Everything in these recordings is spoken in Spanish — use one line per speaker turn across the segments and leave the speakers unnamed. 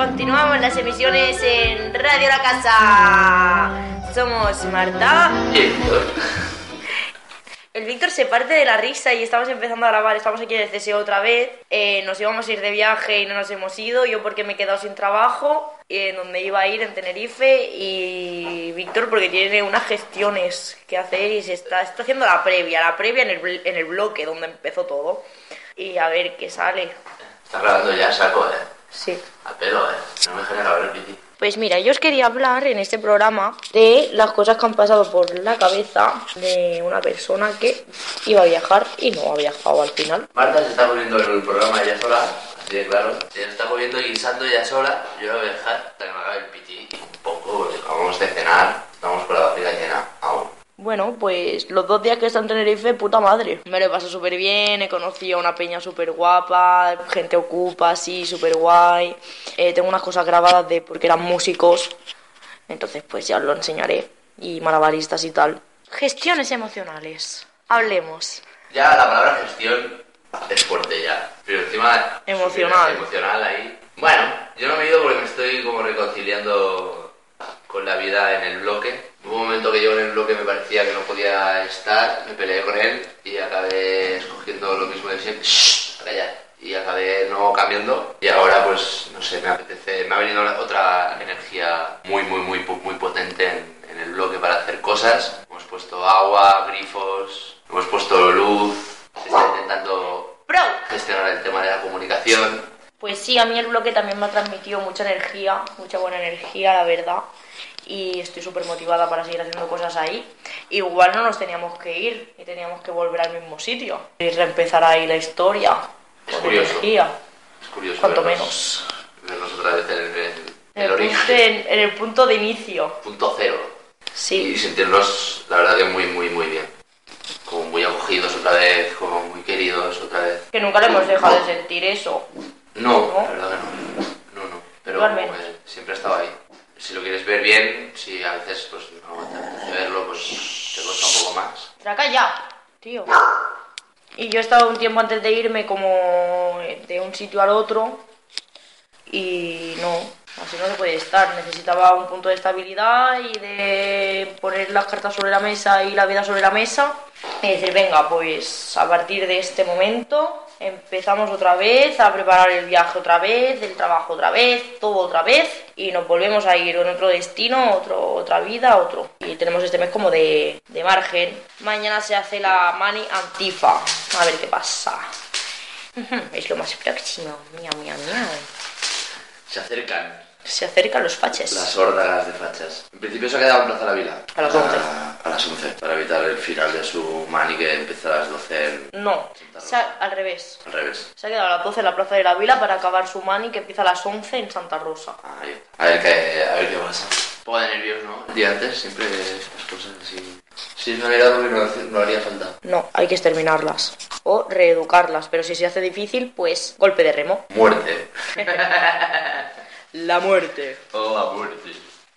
Continuamos las emisiones en Radio La Casa. Somos Marta. El Víctor se parte de la risa y estamos empezando a grabar. Estamos aquí en el CSO otra vez. Eh, nos íbamos a ir de viaje y no nos hemos ido. Yo porque me he quedado sin trabajo eh, en donde iba a ir, en Tenerife. Y Víctor porque tiene unas gestiones que hacer y se está, está haciendo la previa. La previa en el, bl- en el bloque donde empezó todo. Y a ver qué sale.
Está grabando ya, saco, eh.
Sí.
A pelo, eh. No me dejan grabar el vídeo.
Pues mira, yo os quería hablar en este programa de las cosas que han pasado por la cabeza de una persona que iba a viajar y no ha viajado al final.
Marta se está poniendo el programa ya sola, así de claro. Se lo está poniendo guisando ya sola. Yo lo voy a dejar hasta que me acabe el piti. Un poco, porque acabamos de cenar. Estamos con la barriga llena aún.
Bueno, pues los dos días que he estado en Tenerife, puta madre. Me lo he pasado súper bien, he conocido a una peña súper guapa, gente ocupa, así, súper guay. Eh, tengo unas cosas grabadas de porque eran músicos, entonces pues ya os lo enseñaré. Y malabaristas y tal. Gestiones emocionales. Hablemos.
Ya la palabra gestión es fuerte ya. Pero encima...
Emocional.
Emocional ahí. Bueno, yo no me he ido porque me estoy como reconciliando con la vida en el bloque. Hubo un momento que yo en el bloque me parecía que no podía estar, me peleé con él y acabé escogiendo lo mismo de siempre. Shh, calla. Y acabé no cambiando. Y ahora pues, no sé, me apetece... Me ha venido la- otra energía muy, muy, muy, pu- muy potente en, en el bloque para hacer cosas. Hemos puesto agua, grifos, hemos puesto luz. Se está intentando
¡Bro!
gestionar el tema de la comunicación.
Pues sí, a mí el bloque también me ha transmitido mucha energía, mucha buena energía, la verdad. Y estoy súper motivada para seguir haciendo cosas ahí. Igual no nos teníamos que ir y teníamos que volver al mismo sitio. Y reempezar ahí la historia.
Es
con
curioso.
energía,
Es curioso.
cuanto
vernos-
menos.
Vernos otra vez en el, en
En
el
el, punto,
origen.
en, en el punto de inicio.
Punto cero. Y
Sí.
sentirnos, la verdad, que muy, muy, muy bien. Como muy acogidos otra vez, como muy queridos otra vez.
Que nunca le hemos dejado de sentir eso.
No,
¿No?
la verdad que no. No, no. Pero
Igualmente.
como que siempre ha estado ahí. Si lo quieres ver bien, si a veces pues, no te apetece verlo, pues te cuesta un poco más.
Traca ya, tío. Y yo he estado un tiempo antes de irme como de un sitio al otro y no, así no se puede estar. Necesitaba un punto de estabilidad y de poner las cartas sobre la mesa y la vida sobre la mesa y decir, venga, pues a partir de este momento empezamos otra vez a preparar el viaje otra vez, el trabajo otra vez, todo otra vez y nos volvemos a ir en otro destino, otro, otra vida, otro. Y tenemos este mes como de, de margen. Mañana se hace la Mani Antifa. A ver qué pasa. Es lo más próximo. Miau, miau, miau.
Se acercan
Se acercan los faches.
las órdagas de fachas. En principio se ha quedado en Plaza La Vila.
A las 11.
A, a las 11. Para evitar el final de su mani que empieza a las 12 en-
No, se ha- al revés.
al revés.
Se ha quedado a las 12 en la Plaza de la Vila para acabar su Mani que empieza a las 11 en Santa Rosa.
Ahí. A ver qué, a ver qué pasa. Un poco de nervios, ¿no? El día antes siempre estas cosas así. Si me hubiera dado, no, hace- no haría falta.
No, hay que exterminarlas o reeducarlas, pero si se hace difícil, pues golpe de remo.
Muerte.
La muerte.
Oh, a muerte.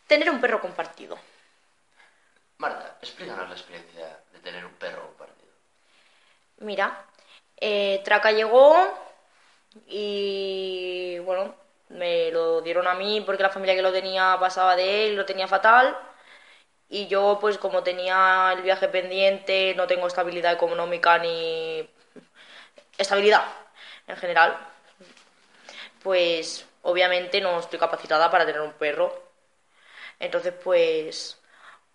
Tener un perro compartido.
Marta, explícanos la experiencia de tener un perro compartido.
Mira, eh, Traca llegó y bueno, me lo dieron a mí porque la familia que lo tenía pasaba de él, lo tenía fatal. Y yo, pues como tenía el viaje pendiente, no tengo estabilidad económica ni estabilidad en general, pues obviamente no estoy capacitada para tener un perro. Entonces, pues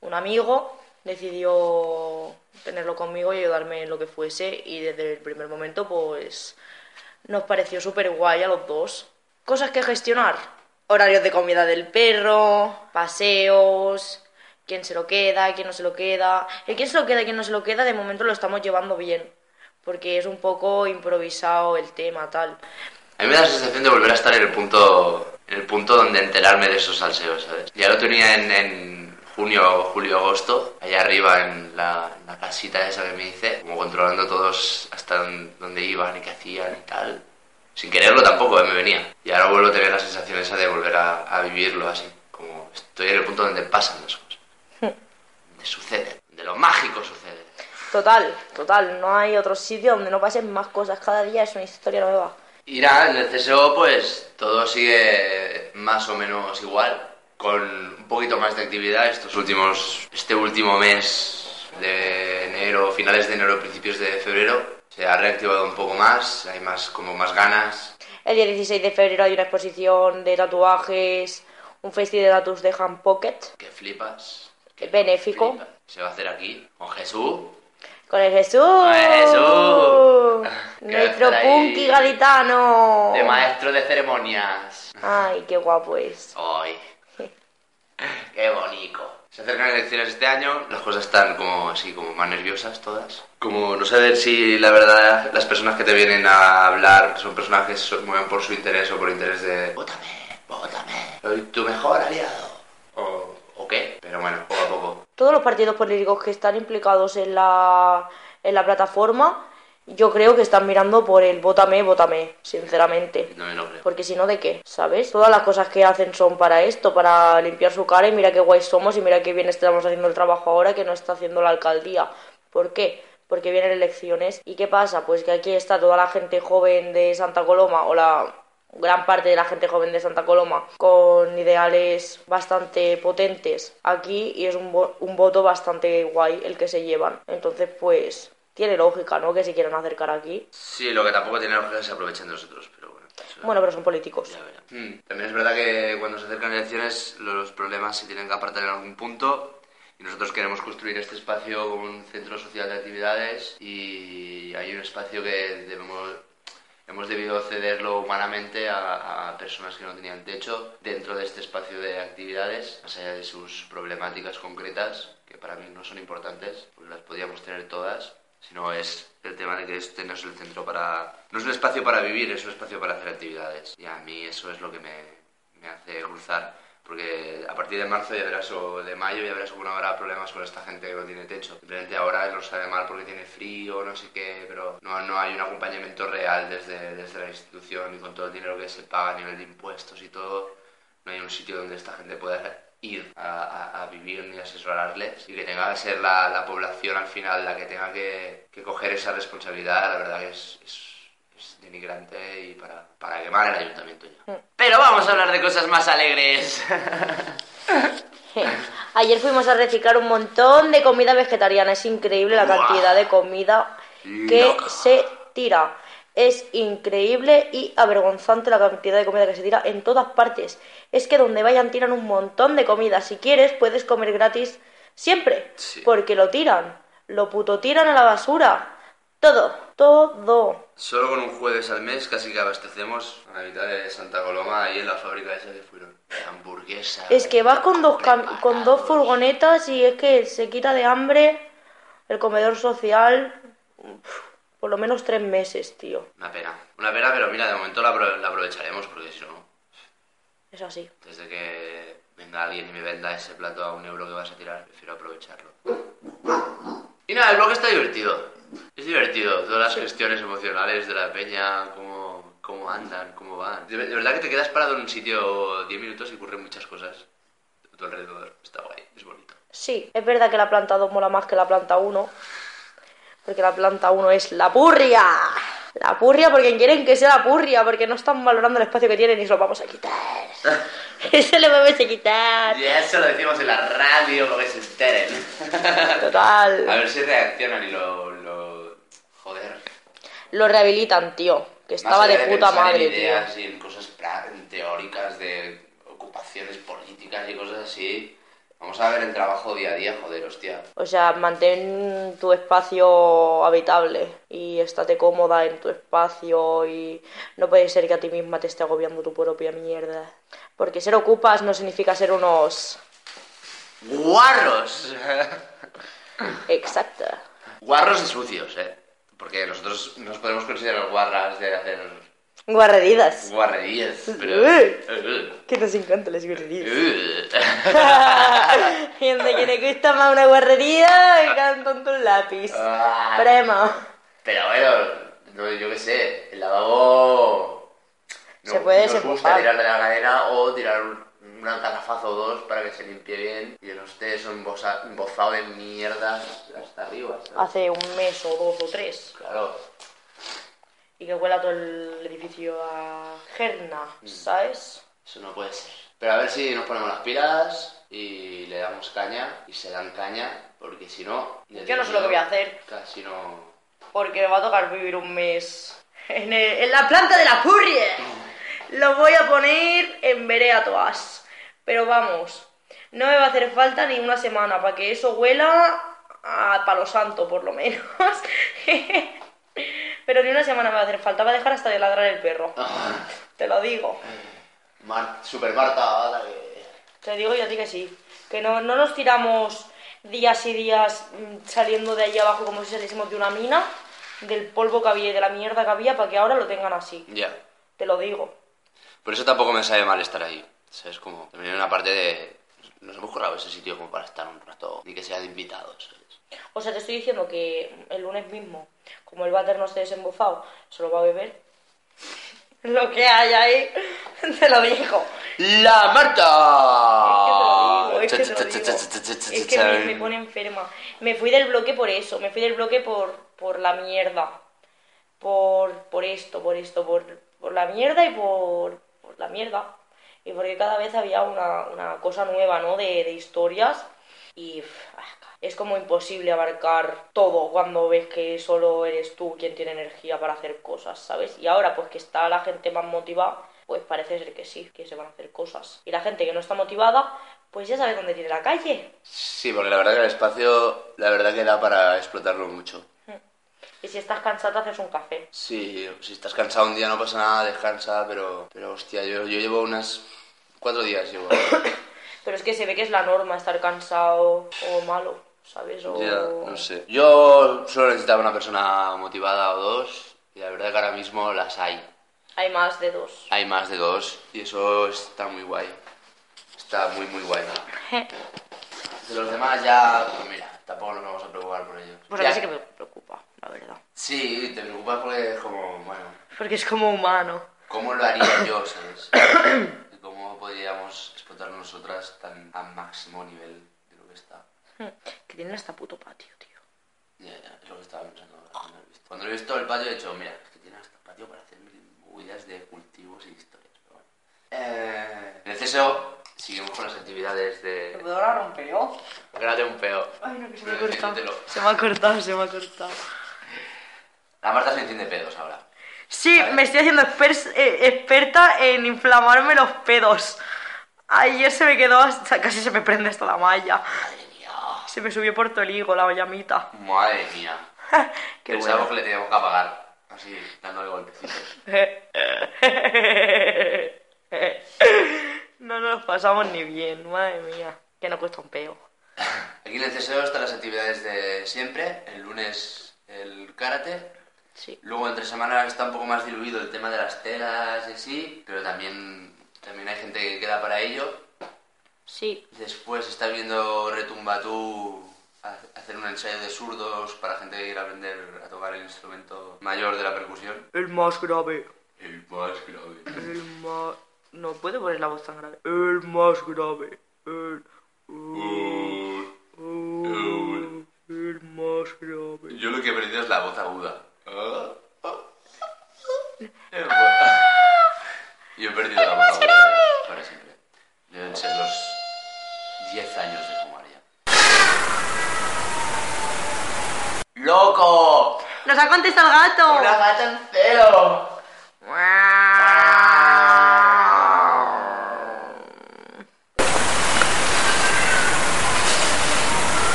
un amigo decidió tenerlo conmigo y ayudarme en lo que fuese y desde el primer momento pues nos pareció súper guay a los dos. Cosas que gestionar. Horarios de comida del perro, paseos, quién se lo queda, quién no se lo queda. El quién se lo queda y quién no se lo queda de momento lo estamos llevando bien porque es un poco improvisado el tema tal.
A mí me da la sensación de volver a estar en el punto, en el punto donde enterarme de esos salseos, ¿sabes? Ya lo tenía en, en junio, julio, agosto, allá arriba en la, en la casita esa que me hice, como controlando todos hasta don- dónde iban y qué hacían y tal. Sin quererlo tampoco, ¿eh? me venía. Y ahora vuelvo a tener la sensación esa de volver a, a vivirlo así, como estoy en el punto donde pasan las cosas, donde sucede, donde lo mágico sucede.
Total, total, no hay otro sitio donde no pasen más cosas, cada día es una historia nueva.
Y nada, en el CSO pues todo sigue mm, más o menos igual, con un poquito más de actividad estos últimos, este último mes de enero, finales de enero, principios de febrero, se ha reactivado un poco más, hay más como más ganas.
El día 16 de febrero hay una exposición de tatuajes, un festival de tatuajes de hand pocket
Que flipas.
Qué benéfico.
flipas. Se va a hacer aquí con Jesús.
con el Jesús.
¡Jesús!
Nuestro
Estar ahí.
punky gaditano.
De maestro de ceremonias.
Ay, qué guapo es.
¡Ay! ¡Qué bonito! Se acercan elecciones este año, las cosas están como así, como más nerviosas todas. Como no saber si la verdad las personas que te vienen a hablar son personas que se mueven por su interés o por interés de... ¡Vótame! ¡Vótame! ¡Soy tu mejor aliado! O, ¿O qué? Pero bueno, poco a poco.
Todos los partidos políticos que están implicados en la, en la plataforma, yo creo que están mirando por el vótame, vótame, sinceramente.
No me lo creo.
Porque si no, ¿de qué? ¿Sabes? Todas las cosas que hacen son para esto, para limpiar su cara y mira qué guays somos y mira qué bien estamos haciendo el trabajo ahora que no está haciendo la alcaldía. ¿Por qué? Porque vienen elecciones. ¿Y qué pasa? Pues que aquí está toda la gente joven de Santa Coloma o la gran parte de la gente joven de Santa Coloma con ideales bastante potentes aquí y es un, vo- un voto bastante guay el que se llevan. Entonces, pues tiene lógica, ¿no? Que se quieran acercar aquí.
Sí, lo que tampoco tiene lógica es que se aprovechen de nosotros, pero bueno. eso-
Bueno, pero son políticos.
Ya verá. Hmm, También es verdad que cuando se acercan elecciones los problemas se tienen que apartar en algún punto y nosotros queremos construir este espacio como un centro social de actividades y hay un espacio que debemos, hemos debido cederlo humanamente a, a personas que no tenían techo dentro de este espacio de actividades, más allá de sus problemáticas concretas, que para mí no son importantes, porque las podíamos tener todas, sino es el tema de que este no es el centro para... No es un espacio para vivir, es un espacio para hacer actividades. Y a mí eso es lo que me, me hace cruzar. Porque a partir de marzo ya verás, o de mayo ya verás como no habrá problemas con esta gente que no tiene techo. Simplemente ahora no sabe mal porque tiene frío, no sé qué, pero no, no hay un acompañamiento real desde, desde la institución y con todo el dinero que se paga a nivel de impuestos y todo no hay un sitio donde esta gente pueda ir a, a- a vivir ni asesorarles y que tenga que ser la, la población al final la que tenga que, que coger esa responsabilidad, la verdad que es, es, es denigrante pues, y para, para quemar el ayuntamiento ya. Pero vamos a hablar de cosas más alegres.
Ayer fuimos a reciclar un montón de comida vegetariana. Es increíble la
Buah.
cantidad de comida que
Loca.
se tira. Es increíble y avergonzante la cantidad de comida que se tira en todas partes. Es que donde vayan tiran un montón de comida. Si quieres, puedes comer gratis siempre.
Sí.
Porque lo tiran. Lo puto tiran a la basura. Todo. Todo.
Solo con un jueves al mes casi que abastecemos a la mitad de Santa Coloma y en la fábrica esa que fueron. Hamburguesa.
Es que vas con dos, cam- con dos furgonetas y es que se quita de hambre el comedor social uf, por lo menos tres meses, tío.
Una pena. Una pena, pero mira, de momento la, apro- la aprovecharemos porque si no...
Es así.
Desde que venga alguien y me venda ese plato a un euro que vas a tirar, prefiero aprovecharlo. Y nada, el blog está divertido. Es divertido, todas las gestiones emocionales de la peña, cómo, cómo andan, cómo van. De, de verdad que te quedas parado en un sitio 10 minutos y ocurren muchas cosas a tu alrededor. Está guay, es bonito.
Sí, es verdad que la planta 2 mola más que la planta 1. Porque la planta 1 es la purria. La purria porque quieren que sea la purria, porque no están valorando el espacio que tienen y se lo vamos a quitar. se lo vamos a quitar.
Y eso lo decimos en la radio, lo que se enteren. A
Total.
ver si reaccionan y lo... lo... Joder.
Lo rehabilitan, tío. Que
Más
estaba de
allá
puta
pensar
madre,
en
tío.
ideas y en cosas pra- en teóricas de ocupaciones políticas y cosas así. Vamos a ver el trabajo día a día, joder, hostia.
O sea, mantén tu espacio habitable y estate cómoda en tu espacio y no puede ser que a ti misma te esté agobiando tu propia mierda. Porque ser ocupas no significa ser unos...
¡Guarros!
Exacto.
Guarros y sucios, eh. Porque nosotros nos podemos considerar guarras de hacer
Guarredidas.
guarrerías, pero.
Que nos encanta las guarredidas.
Ugh.
Gente que le gusta más una guarrería, me encanta un lápiz.
Ah,
Premo.
Pero bueno, no, yo qué sé, el lavabo.
Se puede
nos gusta
desenfufar.
tirar de la cadena o tirar un, un alcarafazo o dos para que se limpie bien y que no esté eso embosa- embozado de mierda hasta arriba. ¿sabes?
Hace un mes o dos o tres.
Claro.
Y que huela todo el edificio a gerna, ¿sabes?
Eso no puede ser. Pero a ver si nos ponemos las pilas y le damos caña y se dan caña, porque si no.
Yo no sé lo que voy a hacer,
Casi no.
porque me va a tocar vivir un mes en, el- en la planta de la furria. Lo voy a poner en Berea Toas. Pero vamos, no me va a hacer falta ni una semana para que eso huela a palo santo, por lo menos. Pero ni una semana me va a hacer falta, va a dejar hasta de ladrar el perro.
Ah.
Te lo digo.
Mar- Super Marta, ahora que.
Te digo yo a ti que sí. Que no, no nos tiramos días y días mm, saliendo de allí abajo como si saliésemos de una mina, del polvo que había y de la mierda que había, para que ahora lo tengan así.
Ya.
Te lo digo.
Por eso tampoco me sale mal estar ahí. ¿Sabes? Como también una parte de. Nos hemos currado ese sitio como para estar un rato, ni que sea de invitados, ¿sabes?
O sea, te estoy diciendo que el lunes mismo, como el váter no esté desembofado, se lo va a beber. Lo que hay ahí, te lo digo.
¡La Marta!
Es que te lo digo, es que te lo digo. Es que me, me pone enferma. Me fui del bloque por eso, me fui del bloque por, por la mierda. Por, por esto, por esto, por, por la mierda y por, por la mierda. Y porque cada vez había una, una cosa nueva, ¿no? De, de historias. Y pff, es como imposible abarcar todo cuando ves que solo eres tú quien tiene energía para hacer cosas, ¿sabes? Y ahora, pues que está la gente más motivada, pues parece ser que sí, que se van a hacer cosas. Y la gente que no está motivada, pues ya sabe dónde tiene la calle.
Sí, porque la verdad que el espacio, la verdad que da para explotarlo mucho.
Y si estás cansado, haces un café.
Sí, si estás cansado un día no pasa nada, descansa, pero, pero hostia, yo, yo llevo unas cuatro días llevo.
Pero es que se ve que es la norma estar cansado o malo, ¿sabes? O...
Ya, no sé. Yo solo necesitaba una persona motivada o dos, y la verdad que ahora mismo las hay.
Hay más de dos.
Hay más de dos, y eso está muy guay. Está muy, muy guay. De los demás ya, pues mira, tampoco nos vamos a preocupar por ellos.
Pues a
Ya-
mí sí que me preocupa, la verdad.
Sí, te preocupas porque es como, bueno,
Porque es como humano.
¿Cómo lo haría yo, sabes? ¿Y ¿Cómo podríamos explotar nosotras tan a máximo nivel de lo que está?
Hmm, Que tienen hasta puto patio, tío.
Ya, ya, es lo que estaba pensando ahora, cuando lo he visto. Cuando lo he visto el patio he dicho, mira, es que tiene hasta patio para hacer mil movidas de cultivos y historias, pero bueno. Eh, en el CSO seguimos con las actividades de...
puedo ahora romper yo?
Grate un peo.
Ay, no, que se me ha
Pero
cortado.
enciéndetelo.
Se me ha cortado, se me ha cortado.
La Marta se entiende pedos ahora.
Sí, me estoy haciendo expers- eh, experta en inflamarme los pedos. Ayer se me quedó hasta casi se me prende hasta la malla.
Madre mía.
Se me subió por toligo la llamita.
Madre mía.
Qué bueno.
Pensábamos que le teníamos que apagar. Así, dándole golpecitos.
No nos pasamos ni bien, madre mía. Que no cuesta un peo.
Aquí en el CSO están las actividades de siempre. El lunes el karate.
Sí.
Luego entre semanas está un poco más diluido el tema de las telas y así. Pero también, también hay gente que queda para ello.
Sí.
Después está viendo Retumbatú a- hacer un ensayo de zurdos para gente que quiera aprender a tocar el instrumento mayor de la percusión.
El más grave.
El más grave.
El más... No puedo poner la voz tan grave. El más grave. El... el más grave.
Yo lo que he perdido es la voz aguda. Ah. Yo he perdido la voz aguda para siempre. Deben ser los 10 años de fumar ya. ¡Loco!
¡Nos ha contestado el gato!
¡Una gata en cero!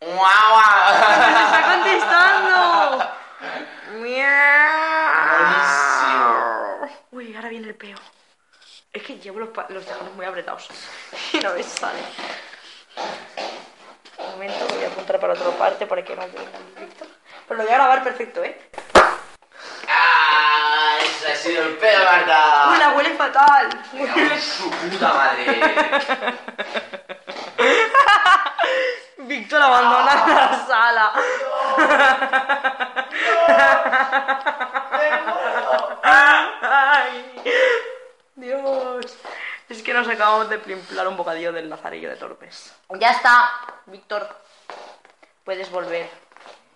¡Guau!
¡Nos está contestando! ¡Miau! Uy, ahora viene el peo. Es que llevo los, pa- los tejanos muy apretados. Y no me sale. Un momento, voy a apuntar para otra parte para que no venga el directo. Pero lo voy a grabar perfecto, ¿eh?
¡Ah! ¡Ese ha sido el pedo, Marta!
¡Uy, la huele fatal!
¡Cago en ¡Su puta madre!
Víctor abandona la sala. Ay, Dios. Es que nos acabamos de plimplar un bocadillo del lazarillo de torpes. Ya está, Víctor. Puedes volver.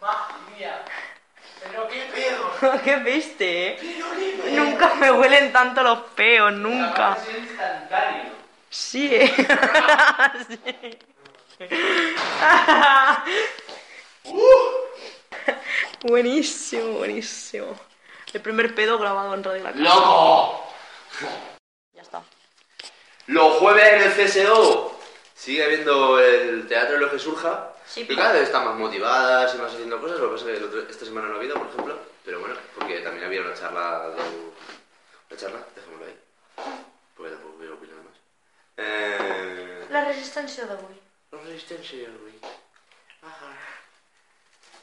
¡Madre mía!
Pero qué pedo.
¡Qué viste, eh!
Pero qué pedo.
Nunca me huelen tanto los peos, nunca.
Además, es instantáneo.
Sí, eh. Sí. buenísimo, buenísimo. El primer pedo grabado en Radio La Casa.
¡Loco!
Ya está.
Los jueves en el CSO sigue habiendo el teatro de lo que surja.
Sí,
y
pero-
cada vez están más motivadas y más haciendo cosas. Lo que pasa es que el otro- esta semana no ha habido, por ejemplo. Pero bueno, porque también había una charla de. ¿Una charla? Dejémoslo ahí. Porque tampoco quiero opinar más. Eh...
La resistencia de hoy.
Resistencia, güey. Ajá.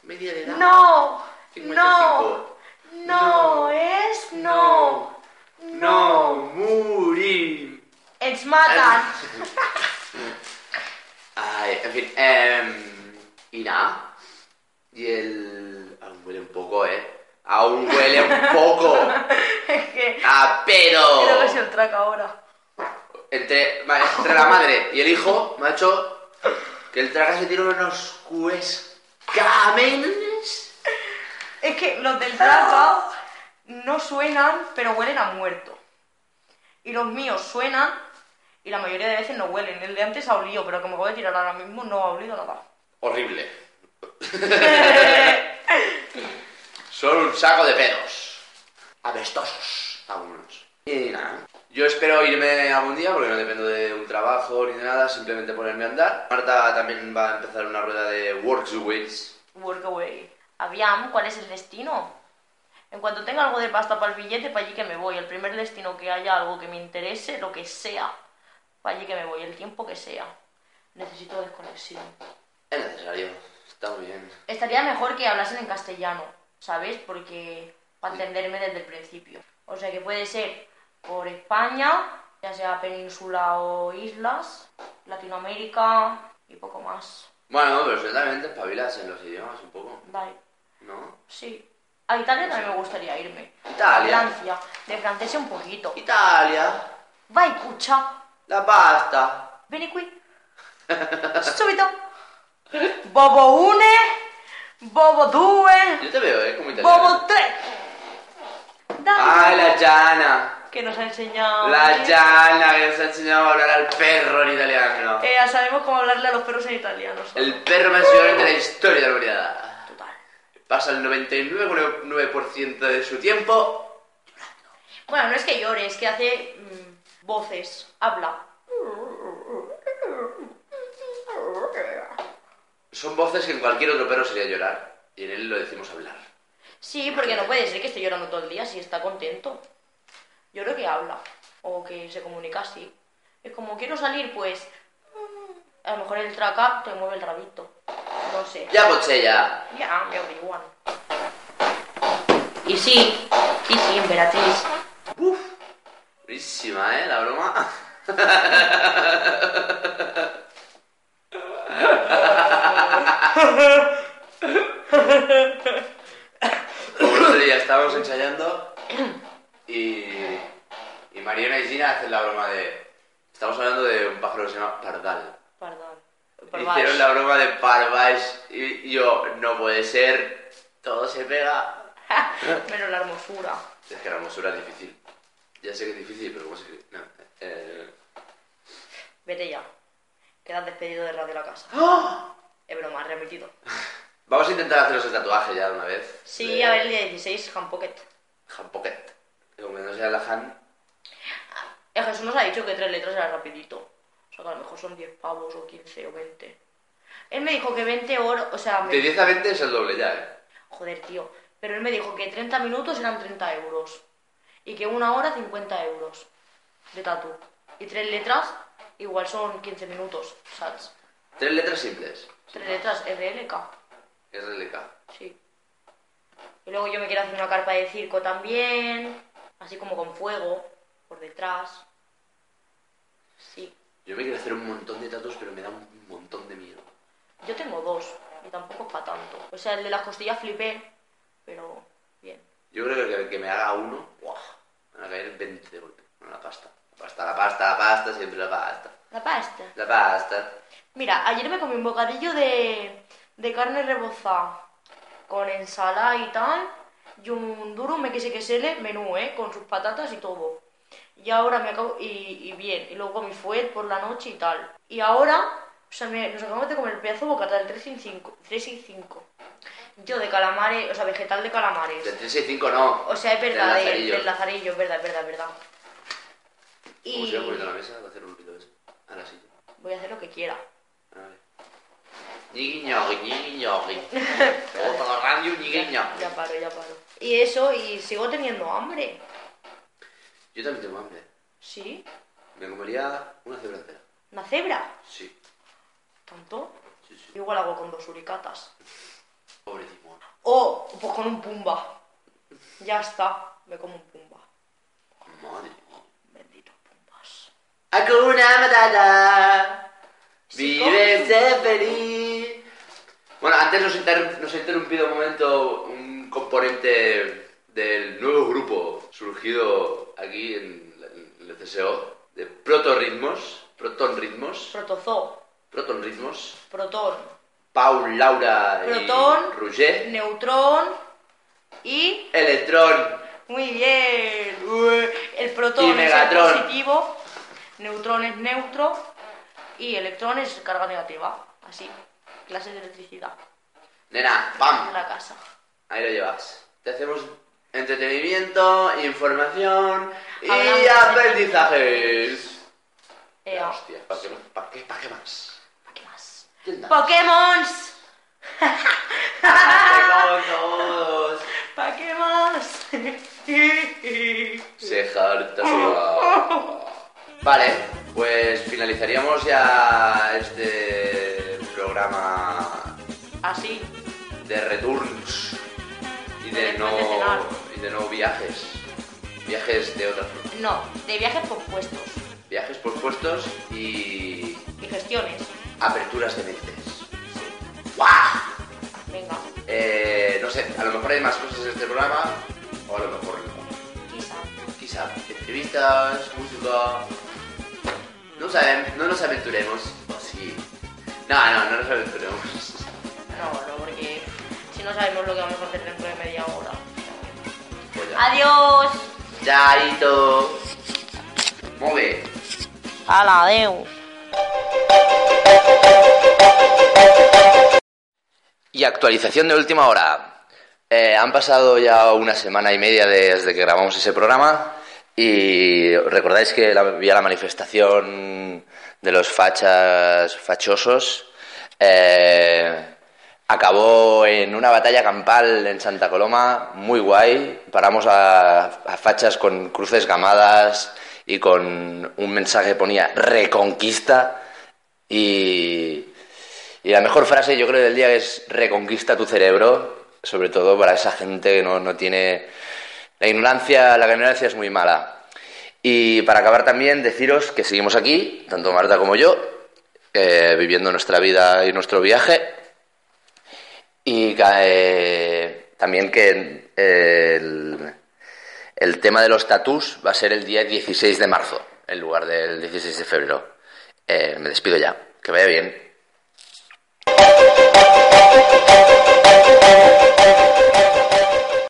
Media de edad.
No,
55.
no, no, es no.
No, murim.
Es matan.
Ay, en fin. em, y nada. Y el. Aún huele un poco, eh. Aún huele un poco. Ah,
Es que
A
creo que es
pedo.
el track ahora.
Entre, vale, entre la madre y el hijo, macho. Que el traga se tira unos cuescamenes.
Es que los del traca no suenan, pero huelen a muerto. Y los míos suenan y la mayoría de veces no huelen. El de antes ha olido, pero como acabo de tirar ahora mismo no ha olido nada.
Horrible. Son un saco de pedos. Apestosos, algunos. Y nada. Yo espero irme algún día porque no dependo de un trabajo ni de nada, simplemente ponerme a andar. Marta también va a empezar una rueda de Workaways.
Workaway. Aviam, ¿cuál es el destino? En cuanto tenga algo de pasta para el billete, para allí que me voy. El primer destino que haya algo que me interese, lo que sea, para allí que me voy, el tiempo que sea. Necesito desconexión.
Es necesario, está muy bien.
Estaría mejor que hablasen en castellano, ¿sabes? Porque para entenderme desde el principio. O sea que puede ser por España, ya sea península o islas, Latinoamérica y poco más.
Bueno, pero yo también te espabilas en los idiomas un poco,
Dale.
¿no?
Sí. A Italia también me gustaría irme.
Italia.
A Francia. De francés un poquito.
Italia,
Vai, cucha.
la pasta.
Vieni qui. Subito. Bobo une. Bobo due.
Yo te veo, ¿eh? Como italiano.
Bobo tre.
¡Ay,
Dale.
la llana!
Que nos ha enseñado.
La
bien.
llana que nos ha enseñado a hablar al perro en italiano.
Eh, ya sabemos cómo hablarle a los perros en italiano. ¿sabes?
El perro más ignorante de la historia de la humanidad.
Total.
pasa el 99,9% de su tiempo.
Bueno, no es que llore, es que hace mm, voces. Habla.
Son voces que en cualquier otro perro sería llorar. Y en él lo decimos hablar.
Sí, porque no puede ser que esté llorando todo el día si está contento. Yo creo que habla o que se comunica así. Es como quiero salir, pues a lo mejor el traca te mueve el rabito. No sé.
Ya, Pochella.
Ya, me averiguan. Y sí, sí, sí, Emperatriz.
Uf. Buenísima, ¿eh? La broma. Como el otro día estábamos ensayando y, y Mariona y Gina hacen la broma de... Estamos hablando de un pájaro que se llama pardal.
Perdón.
Hicieron la broma de Parvais y yo, no puede ser, todo se pega.
Pero la hermosura.
Es que la hermosura es difícil. Ya sé que es difícil, pero ¿cómo se escribe? No. eh,
Vete ya. Quedas despedido de Radio La Casa.
¡Ah!
Es broma, remitido.
Vamos a intentar haceros el tatuaje ya de una vez.
Sí,
De
a ver el día 16, Han Pocket.
Han Pocket. Que Como que no sea la Han.
Eh, Jesús nos ha dicho que tres letras era rapidito. O sea, que a lo mejor son 10 pavos o 15 o 20. Él me dijo que 20 horas, o sea, me-
De 10 a 20 es el doble ya, ¿eh?
joder, tío. Pero él me dijo que 30 minutos eran 30 euros. Y que una hora 50 euros de tatu. Y tres letras igual son 15 minutos, ¿sabes?
Tres letras simples.
Tres letras, RLK.
RLK.
Sí. Y luego yo me quiero hacer una carpa de circo también, así como con fuego, por detrás. Sí.
Yo me quiero hacer un montón de tatuajes, pero me da un montón de miedo.
Yo tengo dos, y tampoco es para tanto. O sea, el de las costillas flipé, pero bien.
Yo creo que el que me haga uno, ¡guau! Me van a caer 20 de golpe. Bueno, la pasta. La pasta, la pasta, la pasta, siempre la pasta.
La pasta.
La pasta.
Mira, ayer me comí un bocadillo de, de carne rebozada con ensalada y tal, y un duro, me quise que sele, menú, ¿eh? Con sus patatas y todo. Y ahora me acabo, y, y bien, y luego mi fuet por la noche y tal. Y ahora, o sea, me- nos acabamos de comer el pedazo de bocata del 3 y 5, 3 y 5. Yo de calamares, o sea, vegetal de calamares.
Del 365 no.
O sea, es verdad,
Del
del
Lazarillo.
del lazarillo, es verdad, es verdad, es verdad.
Como
Y
si lo poniendo a la mesa, va a hacer un ruido ese. Ahora sí.
voy a hacer lo que quiera.
Vale. Ñigui ñogui, ñigui ñogui. Me gusta la radio, ñigui
Ya,
ñogui.
ya paro, ya paro. Y eso, y sigo teniendo hambre.
Yo también tengo hambre.
¿Sí?
Me comería una cebra entera.
¿Una cebra?
Sí,
¿Tanto?
sí, sí.
Igual hago con dos suricatas.
Pobre Timón.
O pues con un pumba. Ya está, me como un pumba.
Madre.
Benditos pumbas.
Hakuna Matata.
Sí,
Vive,
¿cómo?
sé feliz. Bueno, antes nos, inter- nos ha interrumpido un momento un componente del nuevo grupo surgido aquí en, la- en el CSO de Protorritmos, Proton Ritmos,
Protozoo,
Proton Ritmos,
protón,
Paul, Laura
Proton.
y Roger,
neutrón y...
Electrón.
Muy bien. Ué. El
Y
protón es el
Megatron.
positivo, neutrón es neutro y electrón es carga negativa. Así, clase de electricidad
Nena, ¡pam!
en la casa.
Ahí lo llevas. Te hacemos entretenimiento, información y
Hablamos de-
aprendizajes.
Ea.
Hostia, ¿para qué, más? ¿para qué, para qué más?
¿Para qué más?
¿Qué más?
¡Pokémon!
Te como todos.
¿Para qué más?
Se jarta se va. Vale, pues finalizaríamos ya este programa
Así,
de returns y de no,
Después de cenar.
y de no viajes. Viajes de otra forma.
no, de viajes compuestos
Viajes pospuestos y
y gestiones.
aperturas de mentes.
Sí,
¡Guau!
venga,
Eh, no sé, a lo mejor hay más cosas en este programa, o a lo mejor no.
quizá.
Quizá entrevistas, música. No saben, no nos aventuremos. O sí. No, no, no nos aventuremos.
No, no, porque si no sabemos lo que vamos a hacer dentro de media hora.
Pues ya.
Adiós.
Chaito. Move.
Hala, adeu.
Y actualización de última hora. Eh, han pasado ya una semana y media desde que grabamos ese programa y recordáis que la- había la manifestación de los fachas fachosos. eh, acabó en una batalla campal en Santa Coloma, muy guay. Paramos a, a fachas con cruces gamadas y con un mensaje que ponía reconquista y... Y la mejor frase yo creo del día es reconquista tu cerebro, sobre todo para esa gente que no, no tiene... La ignorancia, la ignorancia es muy mala. Y para acabar también deciros que seguimos aquí, tanto Marta como yo, eh, viviendo nuestra vida y nuestro viaje. Y que, eh, también que eh, el, el tema de los tatús va a ser el día 16 de marzo, en lugar del 16 de febrero. Eh, me despido ya. Que vaya bien.